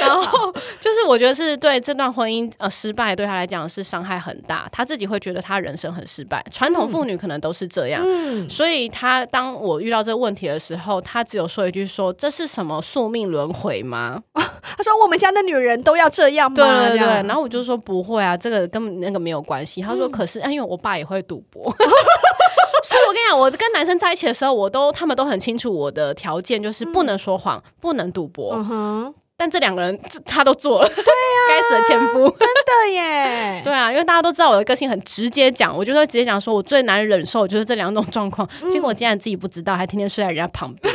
然后就是我觉得是对这段婚姻呃失败对她来讲是伤害很大，她自己会觉得她人生很失败。传统妇女可能都是这样，
嗯，
所以她当我遇到这个问题的时候，她只有说一句说：“这是什么宿命轮回吗？”
[LAUGHS] 他说我们家的女人都要这样吗？
对对对，
这样
然后我就说不会啊，这个跟那个没有关系。他说可是，啊因为我爸也会赌博。 [LAUGHS] 所以我跟你讲，我跟男生在一起的时候，我都他们都很清楚我的条件，就是不能说谎，不能赌博。
嗯哼，
但这两个人这他都做了，对啊呀、该死的前 [LAUGHS] 夫。
对耶，
对啊，因为大家都知道我的个性很直接讲，我就会直接讲说，我最难忍受就是这两种状况。结果我竟然自己不知道，还天天睡在人家旁 [LAUGHS] 边，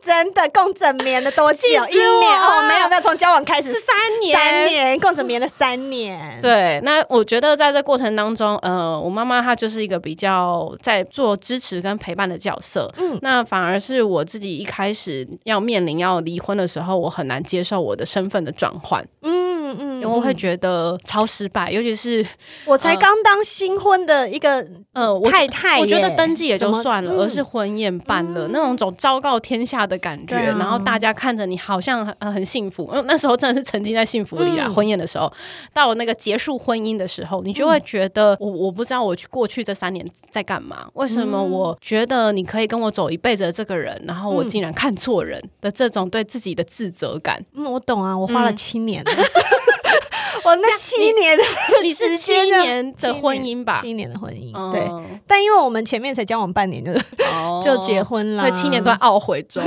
真的共枕眠了多久？
气
一
死我
年
了
哦，没有没有，从交往开始
是三年，
三年，共枕眠了三年。
对，那我觉得在这过程当中，呃，我妈妈她就是一个比较在做支持跟陪伴的角色。嗯，那反而是我自己一开始要面临要离婚的时候，我很难接受我的身份的转换，
嗯嗯，
因为我会觉得超失败，尤其是
我才刚当新婚的一个
呃，我
太太耶，
我觉得登记也就
怎么
算了，
嗯
而是婚宴办了、那种种昭告天下的感觉，
对啊
然后大家看着你好像很、呃很幸福，因为那时候真的是沉浸在幸福里啊。
嗯
婚宴的时候，到那个结束婚姻的时候，你
嗯
就会觉得、我我不知道我去过去这三年在干嘛，为什
嗯
么我觉得你可以跟我走一辈子的这个人，然后我竟然看错人的这种对自己的自责感，
嗯，我懂啊，我花了七年。 [LAUGHS] 我那七年的
嗯你是
时
七
间呢
年的婚姻吧？
七年的婚姻，
嗯
对。但因为我们前面才交往半年就
哦
[LAUGHS] 就结婚了，
对，七年都在懊悔中。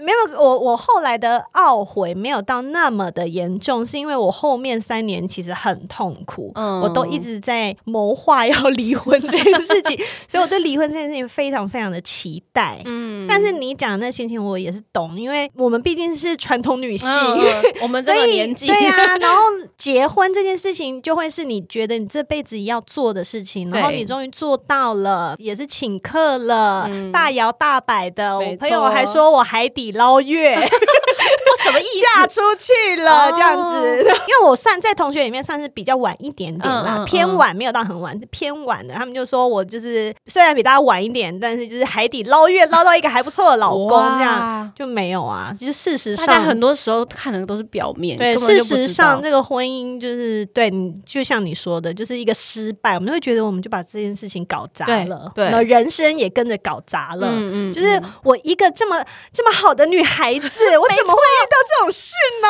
没有。我我后来的懊悔没有到那么的严重，是因为我后面三年其实很痛苦，
嗯
[LAUGHS] 我都一直在谋划要离婚这件事情， [LAUGHS] 所以我对离婚这件事情非常非常的期待。
嗯
但是你讲的那心情我也是懂，因为我们毕竟是传统 [LAUGHS] 女性，
嗯嗯我们这
所
个
以
年纪，
对呀、
[LAUGHS]
然后结婚这件事情就会是你觉得你这辈子要做的事情，然后
对
你终于做到了，也是请客了，
嗯
大摇大摆的。我
没
朋友
错
还说我海底捞月
[LAUGHS]
[LAUGHS]
我什么意思？
嫁出去了，
哦
这样子。 [LAUGHS] 因为我算在同学里面算是比较晚一点点啦，
嗯嗯
偏晚没有到很晚，偏晚的。他们就说我就是虽然比大家晚一点，但是就是海底捞月捞到一个还不错的老公，这样
哇。
就没有啊。就是事实
大家
上，
很多时候看的都是表面，
对，
根本
事
就不知
实
道
上，这个婚姻就是对你，就像你说的，就是一个失败。我们会觉得我们就把这件事情搞砸
对
了，
对
我们人生也跟着搞砸了。
嗯嗯，
就是我一个这么这么好的女孩
[LAUGHS]
子，我怎么会遇到这种事呢？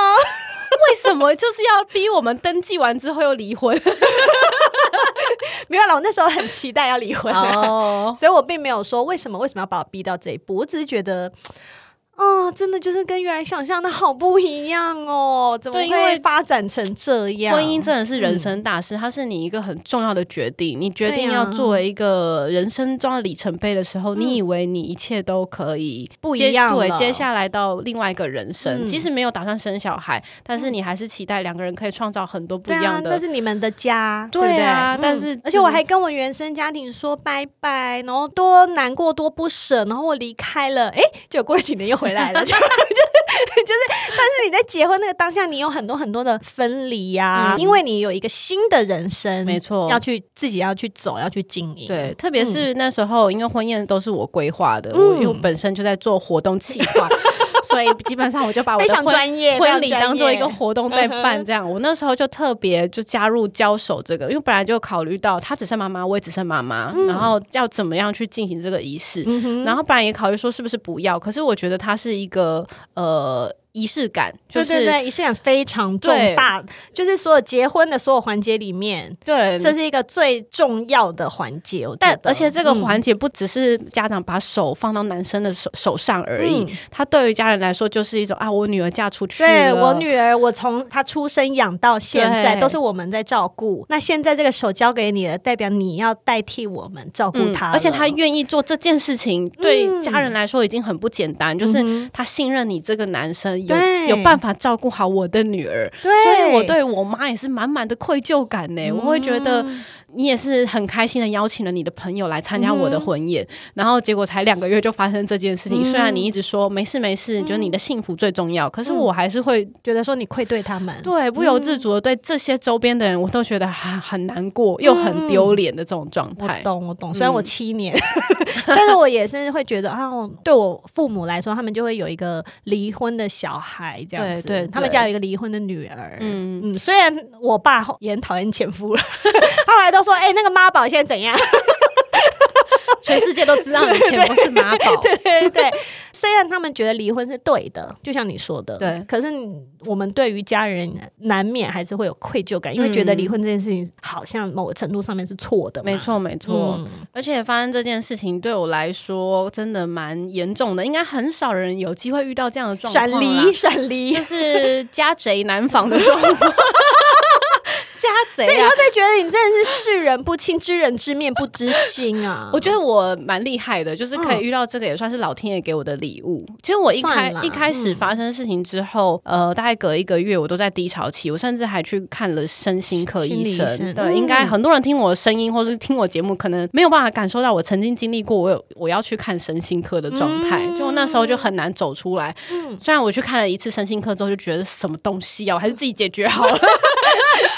为什么就是要逼我们登记完之后又离婚？
没有啦，我那时候很期待要离婚啊、
哦，
[LAUGHS] 所以我并没有说为什么为什么要把我逼到这一步，我只是觉得。哦，真的就是跟原来想象的好不一样哦，怎么
对因为
会发展成这样？
婚姻真的是人生大事，它是你一个很重要的决定。你决定
对啊
要作为一个人生中的里程碑的时候，你以为你一切都可
嗯
以
不一
接
样
对，
了
接下来到另外一个人
嗯
生，即使没有打算生小孩，但是你还是期待两个人可以创造很多不
对
一样
啊，那
的。
是你们的家，
对
不
啊
嗯
但是
而且
就是
我还跟我原生家庭说拜拜，然后多难过多不舍，然后我离开了，哎，结果过了几年又回
[LAUGHS]
来了，就就是就是，但是你在结婚那个当下，你有很多很多的分离呀、
嗯
因为你有一个新的人生，
没错
要去自己要去走，要去经营，
对，特别是那时候，因为婚宴都是我规划的，
嗯
我因为我本身就在做活动企划，所以基本上我就把我
非
的
常
婚
专业，非
婚
常
礼
专业嗯
当做一个活动在办。这样，我那时候就特别就加入交手这个，因为本来就考虑到他只剩妈妈，我也只剩妈妈，然后要怎么样去进行这个仪式，
嗯哼
然后本来也考虑说是不是不要，可是我觉得它是一个呃仪式感，
对
就是
对对，仪式感非常重
对
大，就是所有结婚的所有环节里面，
对
这是一个最重要的环节，我觉
嗯但
得嗯
而且这个环节不只是家长把手放到男生的手手上而
嗯
已，他对于家人来说就是一种啊，我女儿嫁出去
对
了，
我女儿，我从她出生养到现在，
啊对
都是我们在照顾。那现在这个手交给你了，代表你要代替我们照顾
嗯
她了、嗯
而且她愿意做这件事情，对家人来说已经很不简单，就是他信任你这个男生，有
对
有办法照顾好我的女儿，
对，嗯
所以我对我妈也是满满的愧疚感呢、我会觉得你也是很开心的邀请了你的朋友来参加我的婚宴，然后结果才两个月就发生这件事情。
嗯
虽然你一直说没事没事，就是你的幸福最重要，可
嗯
是我还是会
觉得说你愧对他们，
对不由
嗯
自主的对这些周边的人，我都觉得很很难过，又很丢脸的这种状
嗯我
态。
懂，我懂。虽然我七年，
[LAUGHS]
[LAUGHS] 但是我也是会觉得啊，我对我父母来说，他们就会有一个离婚的小孩这样
对
子，
对对
他们家有一个离婚的女儿。
嗯，
嗯，虽然我爸后也很讨厌前夫了， [LAUGHS] 他后来都说：“哎、那个妈宝现在怎样 [LAUGHS]
全世界都知道你前夫是妈宝，？”
欸对对对，虽然他们觉得离婚是对的，就像你说的，
对
可是你我们对于家人难免还是会有愧疚感，因为觉得
嗯
离婚这件事情好像某个程度上面是错的嘛。
没错没错。
嗯，
而且发生这件事情对我来说真的蛮严重的，应该很少人有机会遇到这样的状况
闪
啦。
离，闪离
就。是家贼难防的状况。 [LAUGHS] 家
所以
贼
你
啊？
会！不会觉得你真的是世人不清，知人知面不知心啊
我觉得我蛮厉害的，就是可以遇到这个，也算是老天爷给我的礼物。其实我一开
嗯算啦嗯
一开始发生事情之后，呃，大概隔一个月，我都在低潮期，我甚至还去看了身心科
心理
医
医
生。
生
对，
嗯
应该很多人听我的声音或是听我节目，可能没有办法感受到我曾经经历过我有我要去看身心科的状态，
嗯
就我那时候就很难走出来。虽然我去看了一次身心科之后，就觉得什么东西啊，我还是自己解决好了。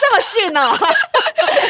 这么逊哦、 [LAUGHS]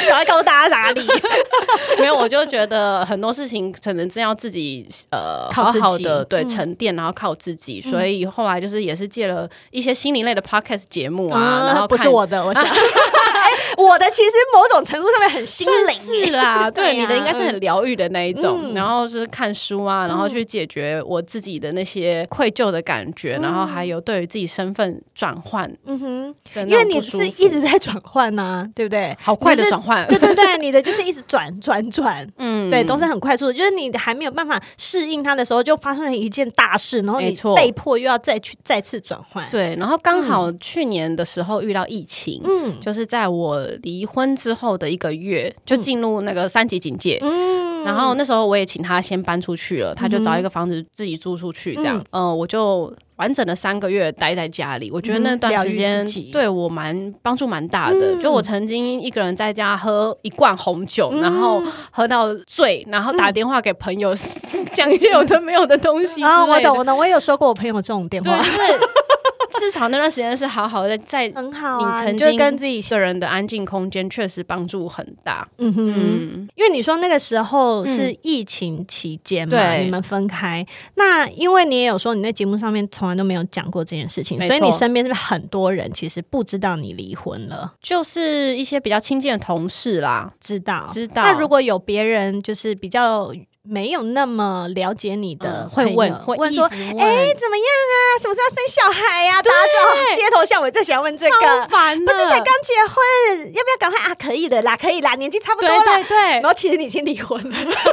赶快告诉大家哪里。
[LAUGHS] 没有，我就觉得很多事情可能真要自己呃
靠
好
自己嗯
好的对沉淀，然后靠自己。所以后来就是也是借了一些心灵类的 podcast 节目啊，然后
不是
看
我的，
[LAUGHS]
我想，哎我的其实某种程度上面很心
算
灵。[LAUGHS]
是啦，对
对呀
你的应该是很疗愈的那一种，
嗯
然后是看书啊，然后去解决我自己的那些愧疚的感觉，然后还有对于自己身份转换
嗯哼，
的那
因为
种
你
不舒服，
是一直在转换呐，对不对？
好快的
你是
转换，
对对对，你的就是一直转 [LAUGHS] 转转，
嗯
对，都是很快速的。就是你还没有办法适应它的时候，就发生了一件大事，然后
没
你
错
被迫又要再去再次转换。
对，然后刚好去年的时候遇到疫情，
嗯
就是在我离婚之后的一个月，就进入那个三级警戒。
嗯
然后那时候我也请他先搬出去了，他就找一个房子自己租出去，这样。
嗯
呃，我就完整的三个月待在家里，我觉得那段时
疗愈
间
自己嗯
对我蛮帮助蛮大的。就我曾经一个人在家喝一罐红酒，然后
嗯
喝到醉，然后打电话给朋友、 [LAUGHS] 讲一些有的没有的东西之类的。
啊，我懂，我懂，我也有收过我朋友这种电
对，
话
就，是 [LAUGHS] 至少那段时间是好好的在
很好
你
啊，
曾
就
经
跟自己
一，个人的安静空间确实帮助很大。
嗯哼。
嗯，
因为你说那个时候是
嗯
疫情期间嘛，
对
你们分开。那因为你也有说你在节目上面从来都没有讲过这件事情，
没
所以
错
你身边是不是很多人其实不知道你离婚了？
就是一些比较亲近的同事啦，
知道，
知道
那如果有别人就是比较没有那么了解你的
嗯
朋
会
友、
问，会
问
一
说
直问
哎怎么样啊，什么时候生小孩呀、啊？大家这种街头巷尾最喜欢问这
超
个。
烦
不
的，
是才刚结婚，要不要赶快啊？可以的啦，可以啦，年纪差不多
对
了。
对对
然后其实你已经离婚了， [LAUGHS]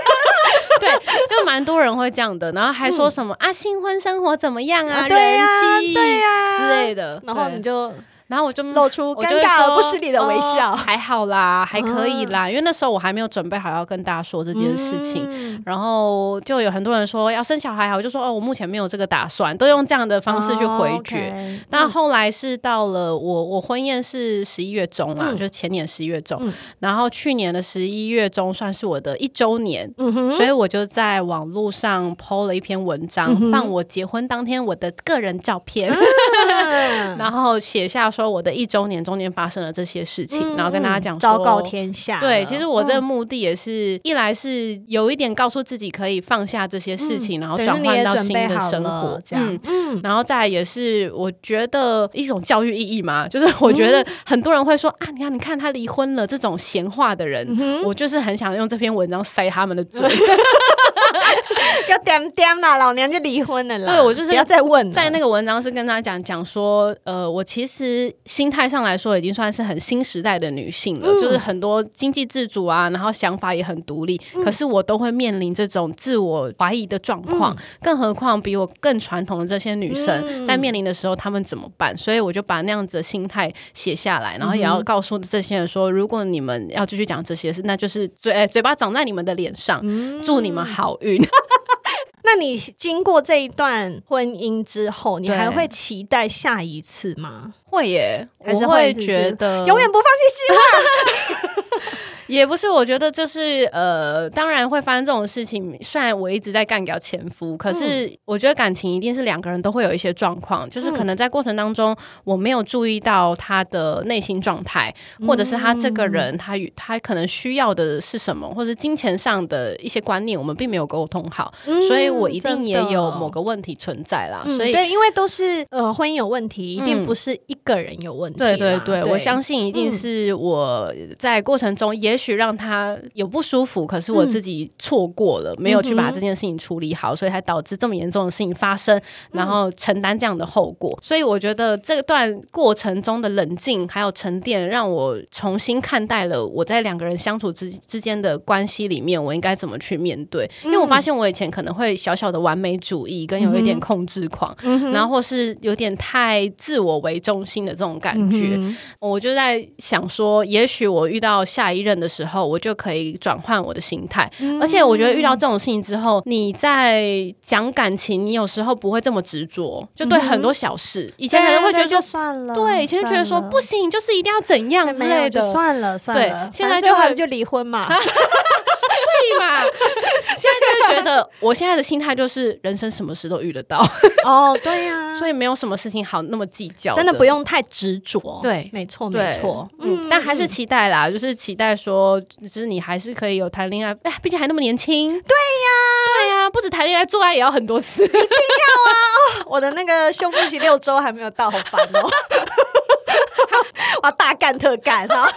对，就蛮多人会这样的，然后还说什么啊，新婚生活怎么样啊，
嗯对呀、
人妻
对呀、
之类的，
然后
对
你就
然后我就
露出
我
尴
就会
尬而
说
不失礼的微笑，嗯
哦还好啦，还可以啦，因为那时候我还没有准备好要跟大家说这
这
件事情。
嗯
然后就有很多人说要生小孩啊，我就说哦，我目前没有这个打算，都用这样的方式
哦
去回绝。
[LAUGHS]
但后来是到了我我婚宴是十一月中啊，
嗯
就是前年十一月中，
嗯
然后去年的十一月中算是我的一周年。
嗯哼，
所以我就在网络上 PO 了一篇文章
嗯，哼啊
放我结婚当天我的个人照片， [LAUGHS]
嗯
然后写下说我的一周年中间发生了这些事情，
嗯
然后跟大家讲说
昭告天下了。嗯
对，其实我这个目的也是、一来是有一点告诉自己可以放下这些事情，然后
嗯等于
转
你
换
也
到
准
新
备
的
好
生
了
活，
这样
嗯。
嗯
然后再来也是，我觉得一种教育意义嘛，就是我觉
嗯
得很多人会说、啊，你看，你看他离婚了这种闲话的人，
嗯
我就是很想用这篇文章塞他们的嘴。
要点点啦，老娘就离婚了啦。
对我就是
不要再问了，
在那个文章是跟他讲讲说，呃，我其实心态上来说已经算是很新时代的女性
嗯
了，就是很多经济自主啊，然后想法也很独立，
嗯
可是我都会面临这种自我怀疑的状况，更何况比我更传统的这些女生、
嗯
在面临的时候，她们怎么办？所以我就把那样子的心态写下来，然后也要
嗯
告诉这些人说，如果你们要继续
嗯
讲这些事，那就是嘴、哎嘴巴长在你们的脸上，祝你们好运。
那你经过这一段婚姻之后，你
对
还会期待下一次吗？
[LAUGHS] 会耶，
还是
我
会
会
是不是
觉得
永远不放弃希望。
也不是，我觉得就是呃，当然会发生这种事情。虽然我一直在干掉前夫，可是
嗯
我觉得感情一定是两个人都会有一些状况，就是可能在过程当中我没有注意到他的内心状态，或者是他这个
嗯
人他与他可能需要的是什么，或者金钱上的一些观念，我们并没有沟通好，
嗯
所以我一定也
真的
有某个问题存在啦。
嗯
所以
对，因为都是呃婚姻有问题，一定
嗯
不是一个人有问题啦。
对对对，我相
信
信一定
嗯
是我在过程中，也许让他有不舒服，可是我
嗯
自己错过了，没有去
嗯
把
哼
这件事情处理好，所以才导致这么严重的事情发生，
嗯
然后承担这样的后果。所以我觉得这段过程中的冷静还有沉淀，让我重新看待了我在两个人相处之之间的关系里面，我应该怎么去面对。因为我发现我以前可能会小小的完美主义，跟有一点
嗯嗯哼
控制狂，然后或是有点太自我为中心的这种感觉。
嗯
我就在想说，也许我遇到下一任的时候，我就可以转换我的心态。而且我觉得遇
嗯
到这种事情之后，你在讲感情，你有时候不会这么执着，就
嗯
对很多小事，以
以
前可能会觉得就
就算了，
对，以前就觉得说
算了
不行，就是一定要怎样之
没有
类
就
的，
算了算
对
了，
现
反
在
正
就
最后
会
就离婚
[LAUGHS]
嘛。
对嘛？ [LAUGHS] 现在就会觉得，我现在的心态就是人生什么事都遇得到，
哦，对
[LAUGHS]
呀，
所以没有什么事情好那么计较，
真的不。用太执着。
对
没错
对
没错，
嗯，但还是期待啦，就是期待说，就是你还是可以有谈恋爱，哎，毕竟还那么年轻。
嗯
对呀，对啊呀，不止谈恋爱，做爱也要很多
[LAUGHS]
次。
我的那个修复期六周还没有到，好烦
[LAUGHS]
哦。我要大干特干
[LAUGHS]
啊！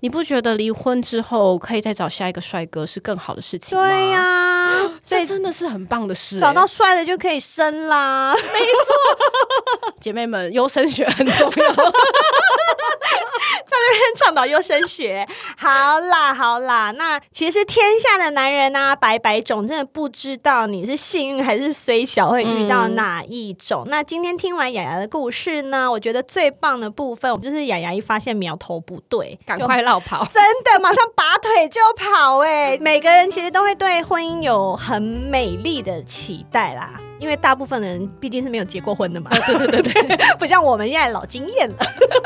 你不觉得离婚之后可以再找下一个帅哥是更好的事情吗？
对呀、，所
啊这
以
真的是很棒的事、
找到帅的就可以生啦。
哎姐妹们，优生学很重要。
[LAUGHS]
[LAUGHS]
倡导优生学。 [LAUGHS] 好啦，好啦，那其实天下的男人啊，百百种，真的不知道你是幸运还是虽小会遇
嗯
到哪一种。那今天听完雅雅的故事呢，我觉得最棒的部分，我们就是雅雅一发现苗头不对，
赶
就。
快绕跑
真的马上拔腿就跑哎、
嗯
每个人其实都会对婚姻有很美丽的期待啦，因为大部分的人毕竟是没有结过婚的嘛，
哦对对对对，
[LAUGHS] 不像我们现在老经验了。 [LAUGHS]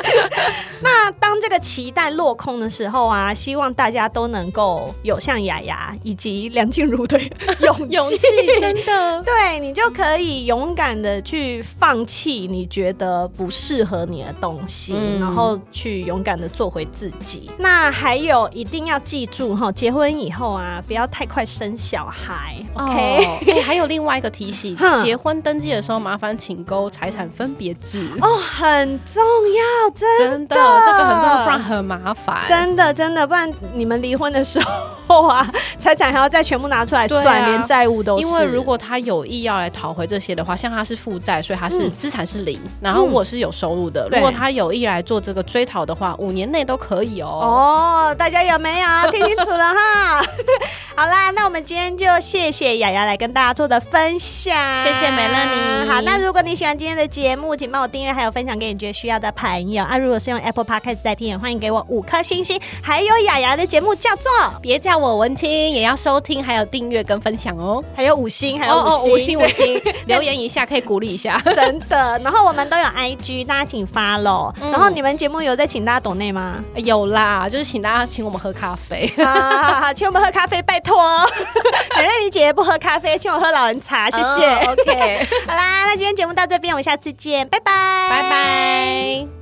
那当这个期待落空的时候啊，希望大家都能够有像雅雅以及梁静茹的勇
[LAUGHS] 勇
[LAUGHS]
气真的。
对你就可以勇敢的去放弃你觉得不适合你的东西，
嗯
然后去勇敢的做回自己。那还有一定要记住哈，结婚以后啊，不要太快生小孩。OK，、
哦，哎，还有另外一个提醒
哼，
结婚登记的时候麻烦请勾财产分别制。
哦，很重要，真
真的，
的
这个很重要，不然很麻烦。
真的真的，不然你们离婚的时候啊，财产还要再全部拿出来算，
对啊
连债务都是。
因为如果他有意要来讨回这些的话，像他是负债，所以他是
嗯
资产是零，然后我是有收入的。
对
如果他有意来做这个追讨的话，五年内都可以哦。
哦，大家有没
[LAUGHS]
有听清楚了哈？ [LAUGHS] 好啦，那我们今天就谢谢雅雅来跟大家做的分享，
谢谢美乐妮
好，那如果你喜欢今天的节目，请帮我订阅，还有分享给你觉得需要的朋友啊。如果是用 Apple Podcast 在听，也欢迎给我五颗星星。还有雅雅的节目叫做，
别叫我文青，也要收听，还有订阅跟分享哦。
还有五星，还有
哦哦，五
五
星
星
五星，留言一下可以鼓励一下。 [LAUGHS]
真的。然后我们都有 IG，大家请 follow。
嗯
然后你们节目有在请大家抖内
[LAUGHS]
吗？
有啦，就是请大家请我们喝咖 [LAUGHS] 啡。
啊，请我们喝咖啡，拜托。 [LAUGHS] 美乐妮姐姐不喝咖啡，请我喝老人茶，谢谢。
[LAUGHS] 哦 OK，
好啦，那今天节目到这边，我们下次见，拜拜，
拜。拜。